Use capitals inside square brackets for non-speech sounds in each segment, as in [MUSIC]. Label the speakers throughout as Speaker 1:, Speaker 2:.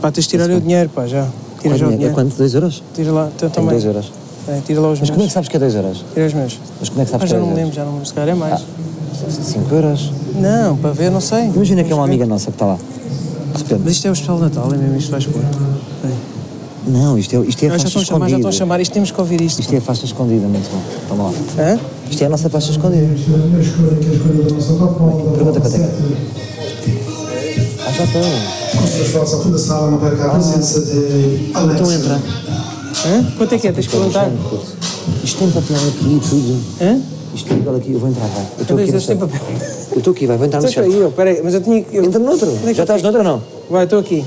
Speaker 1: Pá, tens de tirar o dinheiro, pá, já. Tira já o
Speaker 2: Quanto dinheiro? É
Speaker 1: dinheiro.
Speaker 2: quanto? 2 euros?
Speaker 1: Tira lá, teu
Speaker 2: Tenho
Speaker 1: também.
Speaker 2: 2 euros.
Speaker 1: É, tira lá os
Speaker 2: Mas
Speaker 1: meus.
Speaker 2: como é que sabes que é 2 euros?
Speaker 1: Tira os meus.
Speaker 2: Mas como é que sabes que é
Speaker 1: Pá,
Speaker 2: Ah.
Speaker 1: Ah, já não me
Speaker 2: 2
Speaker 1: lembro,
Speaker 2: euros?
Speaker 1: já não me lembro, se calhar é mais.
Speaker 2: 5 euros?
Speaker 1: Não, para ver, não sei.
Speaker 2: Imagina que é uma
Speaker 1: Vamos ver.
Speaker 2: amiga nossa que está lá.
Speaker 1: Mas
Speaker 2: Portanto,
Speaker 1: isto é o especial de Natal, é mesmo isto que vais pôr. É.
Speaker 2: não, isto é, isto é a
Speaker 1: Ah, já
Speaker 2: faixa
Speaker 1: estão a chamar, já estão a
Speaker 2: escondida.
Speaker 1: chamar. Isto temos que ouvir isto.
Speaker 2: Isto é a faixa escondida, muito bom. Vamos lá.
Speaker 1: Hã?
Speaker 2: Isto é a nossa faixa escondida. Pergunta quanto é que é. Ah, já estão. Estão a entrar. um
Speaker 1: Hã? Quanto é que é? Tens que perguntar.
Speaker 2: Isto tem papel aqui e tudo.
Speaker 1: Hã?
Speaker 2: Isto tem papel aqui, eu vou entrar, vai. Eu estou
Speaker 1: Cadê
Speaker 2: aqui no
Speaker 1: esse tem
Speaker 2: chat.
Speaker 1: papel?
Speaker 2: Eu estou aqui, vai, vou entrar no
Speaker 1: Estás
Speaker 2: chat.
Speaker 1: aí, eu, peraí, mas eu tinha que. eu-
Speaker 2: Entra noutro.
Speaker 1: Onde é que
Speaker 2: Já
Speaker 1: eu
Speaker 2: estás
Speaker 1: tenho-
Speaker 2: noutro ou não?
Speaker 1: Vai, estou aqui.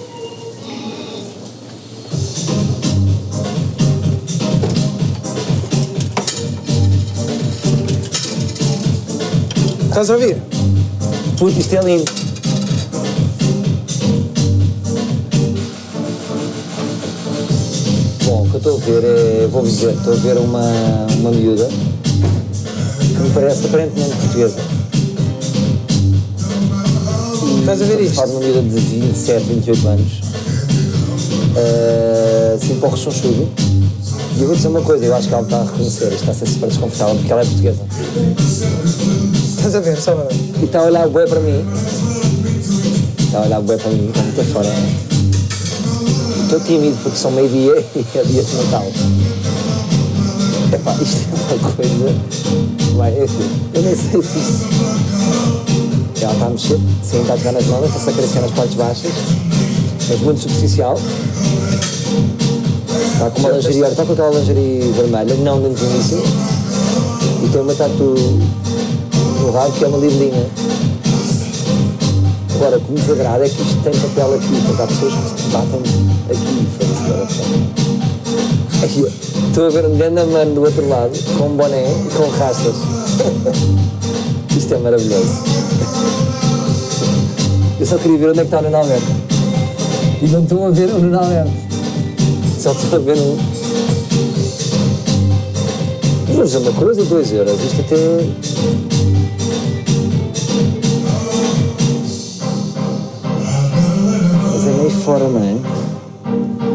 Speaker 1: Estás a ouvir?
Speaker 2: Puto, isto é lindo. Bom, o que eu estou a ver é, vou-vos dizer, estou a ver uma, uma miúda que me parece aparentemente portuguesa.
Speaker 1: Estás a ver isto?
Speaker 2: Faz uma miúda de 27, 28 anos. Uh, assim, para o rechonchudo. E eu vou dizer uma coisa, eu acho que ela me está a reconhecer, isto está a ser super desconfortável porque ela é portuguesa.
Speaker 1: Estás a ver, só uma
Speaker 2: E está a olhar Então bué para mim. Está a olhar bué para mim, está muito fora. Estou tímido porque são meio-dia [LAUGHS] e é dia de Natal. Epá, isto é uma coisa. Vai, enfim, eu nem sei se isto. Ela está a mexer, sim, está a jogar nas mãos, está-se a crescer nas partes baixas. Mas muito superficial. Está com uma lingerie, olha, está com aquela lingerie vermelha, não dentro do início. E tem uma tatu no rabo que é uma livrinha. Agora, o que me desagrada é que isto tem papel aqui, portanto há pessoas que se batem aqui fora de coração. Aqui, estou a ver um grande mano do outro lado, com um boné e com rastas. [LAUGHS] isto é maravilhoso. Eu só queria ver onde é que está o Nuno Alberto. E não estou a ver o Nuno Alberto. Só estou a ver um. Vou dizer uma coisa, 2 euros. Isto até Mas é meio fora, não é?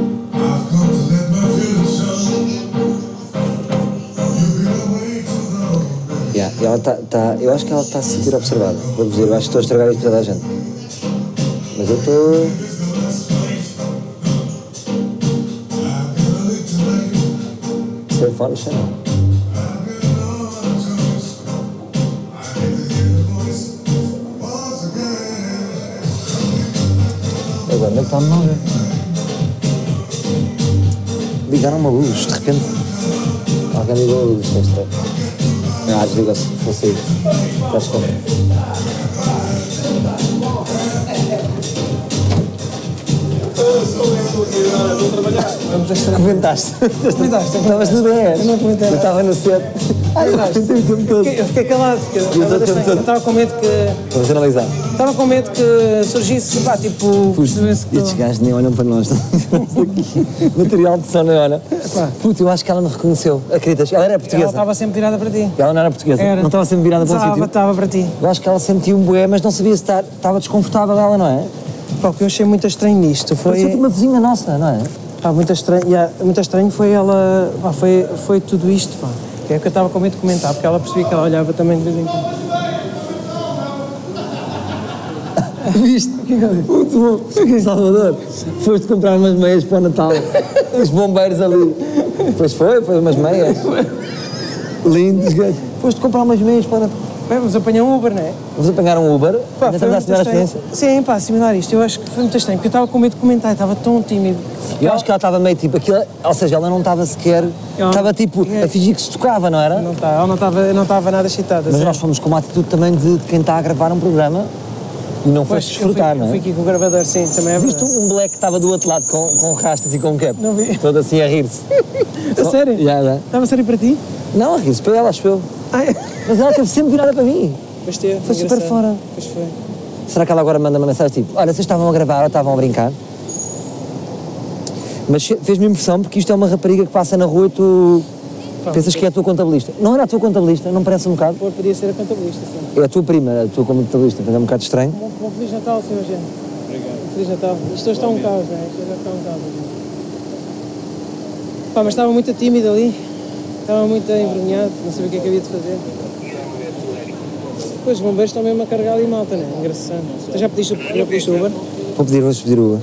Speaker 2: Yeah, ela tá, tá, eu acho que ela está a se sentir observada. Vou dizer, eu acho que estou a estragar isto para toda a gente. Mas eu estou. Sem fone, sem não. Agora não está a mover. Ligaram uma luz, de repente. Alguém ligou a luz neste tempo. Ah, desligou-se, vou sair. Estás com Comentaste.
Speaker 1: Comentaste. é
Speaker 2: Estavas no 10.
Speaker 1: Eu não comentei
Speaker 2: Eu
Speaker 1: nada.
Speaker 2: estava no 7. Ai, Ah, eu
Speaker 1: Comentaste.
Speaker 2: comentei o tempo todo.
Speaker 1: Eu fiquei calado, porque eu
Speaker 2: tô- tô- tô-
Speaker 1: estava com medo que.
Speaker 2: Vamos analisar.
Speaker 1: Estava com medo que surgisse, pá, tipo. percebesse que
Speaker 2: Estes
Speaker 1: tô-
Speaker 2: gajos nem olham para nós. [LAUGHS] Material de som nem olha. Puto, eu acho que ela me reconheceu. Acreditas? Ela era
Speaker 1: Ela
Speaker 2: portuguesa. Ela,
Speaker 1: estava sempre virada para ti.
Speaker 2: não era portuguesa.
Speaker 1: Era.
Speaker 2: Não estava sempre virada para um
Speaker 1: Estava,
Speaker 2: sítio.
Speaker 1: estava para ti.
Speaker 2: Eu acho que ela sentiu um bué, mas não sabia se estar. Estava desconfortável ela, não é?
Speaker 1: Pá, o que eu achei muito estranho nisto
Speaker 2: Parecia
Speaker 1: foi.
Speaker 2: tipo uma vizinha nossa, não é?
Speaker 1: Pá, muito estranho, yeah, muito estranho foi ela. Pá, foi, foi tudo isto, pá. Que É que eu estava com medo de comentar, porque ela percebia que ela olhava também de vez em quando.
Speaker 2: Viste?
Speaker 1: é
Speaker 2: Muito bom. Salvador, foste comprar umas meias para o Natal. Os bombeiros ali. Pois foi, foi umas meias. Lindos, gajo. Foste comprar umas meias para o Natal.
Speaker 1: Bem, vamos apanhar um Uber, não é?
Speaker 2: Vamos apanhar um Uber.
Speaker 1: Pá,
Speaker 2: Ainda estamos a assinar a experiência.
Speaker 1: Sim, pá, assimilar isto. Eu acho que foi muito estranho, porque eu estava com medo de comentar, eu estava tão tímido.
Speaker 2: Eu acho que ela estava meio tipo aquilo, ou seja, ela não estava sequer,
Speaker 1: Ela-
Speaker 2: estava tipo a fingir que se tocava, não era?
Speaker 1: Não tá, ela não estava não estava nada excitada.
Speaker 2: Mas
Speaker 1: sim.
Speaker 2: nós fomos com uma atitude também de, de quem está a gravar um programa e não foi
Speaker 1: Pois,
Speaker 2: desfrutar,
Speaker 1: eu fui,
Speaker 2: não
Speaker 1: eu
Speaker 2: é?
Speaker 1: fui aqui com o gravador, sim, também é
Speaker 2: Viste
Speaker 1: verdade.
Speaker 2: um black que estava do outro lado com, com rastas e com cap?
Speaker 1: Não vi.
Speaker 2: Todo assim a rir-se.
Speaker 1: [LAUGHS] A sério?
Speaker 2: Já, já.
Speaker 1: Estava a sério para ti?
Speaker 2: Não, a rir-se para ela, acho eu.
Speaker 1: Ai,
Speaker 2: Mas ela teve sempre virada para mim.
Speaker 1: Mas teve,
Speaker 2: Foi super
Speaker 1: engraçado.
Speaker 2: fora.
Speaker 1: Pois foi.
Speaker 2: Será que ela agora manda uma mensagem tipo: Olha, vocês estavam a gravar ou estavam a brincar? Mas che- fez-me impressão porque isto é uma rapariga que passa na rua e tu
Speaker 1: Pá,
Speaker 2: pensas que é a tua contabilista. Não era a tua contabilista, não parece um bocado?
Speaker 1: Ou podia ser a contabilista, sim.
Speaker 2: É a tua prima, a tua contabilista, portanto é um bocado estranho.
Speaker 1: Bom, bom Feliz Natal, Sr. Eugênio. Obrigado. Um Feliz Natal. Isto hoje está um caos, não é? Isto hoje está um caos. Pá, mas estava muito tímido ali. Estava muito envergonhado, não sabia o que é que havia de fazer. Pois, os bombeiros estão mesmo a carregar ali malta, não é? Engraçado. Tu já pediste, já pediste Uber?
Speaker 2: Vou pedir, vamos pedir Uber.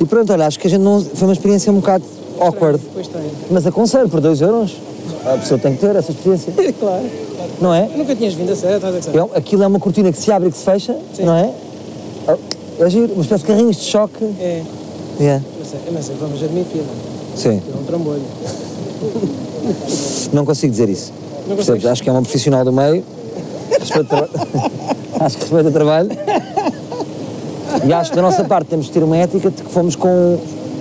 Speaker 2: E pronto, olha, acho que a gente não. Foi uma experiência um bocado awkward.
Speaker 1: Pois tem. [LAUGHS]
Speaker 2: Mas aconselho, por 2 euros. A pessoa tem que ter essa experiência,
Speaker 1: claro.
Speaker 2: não é?
Speaker 1: Nunca tinhas vindo a sério, estás a dizer.
Speaker 2: É um- Aquilo é uma cortina que se abre e que se fecha,
Speaker 1: Sim.
Speaker 2: não é? É giro, uma espécie de carrinhos de choque.
Speaker 1: É,
Speaker 2: Yeah.
Speaker 1: mas, é, mas é, vamos admitir,
Speaker 2: Sim,
Speaker 1: é um trambolho.
Speaker 2: não consigo dizer isso.
Speaker 1: Não
Speaker 2: Percebes?
Speaker 1: consegues?
Speaker 2: Acho que é uma profissional do meio. Respeito o traba- [LAUGHS] acho que respeita o trabalho. E acho que da nossa parte temos de ter uma ética de que fomos com,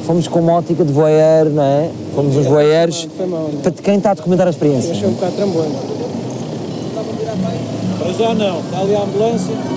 Speaker 2: fomos com uma ótica de voyeur, não é? Fomos uns voyeurs
Speaker 1: Foi mal, não é?
Speaker 2: para quem está a documentar a
Speaker 1: mas
Speaker 2: experiência.
Speaker 1: foi um bocado trambolho.
Speaker 3: Para já não, está ali a ambulância.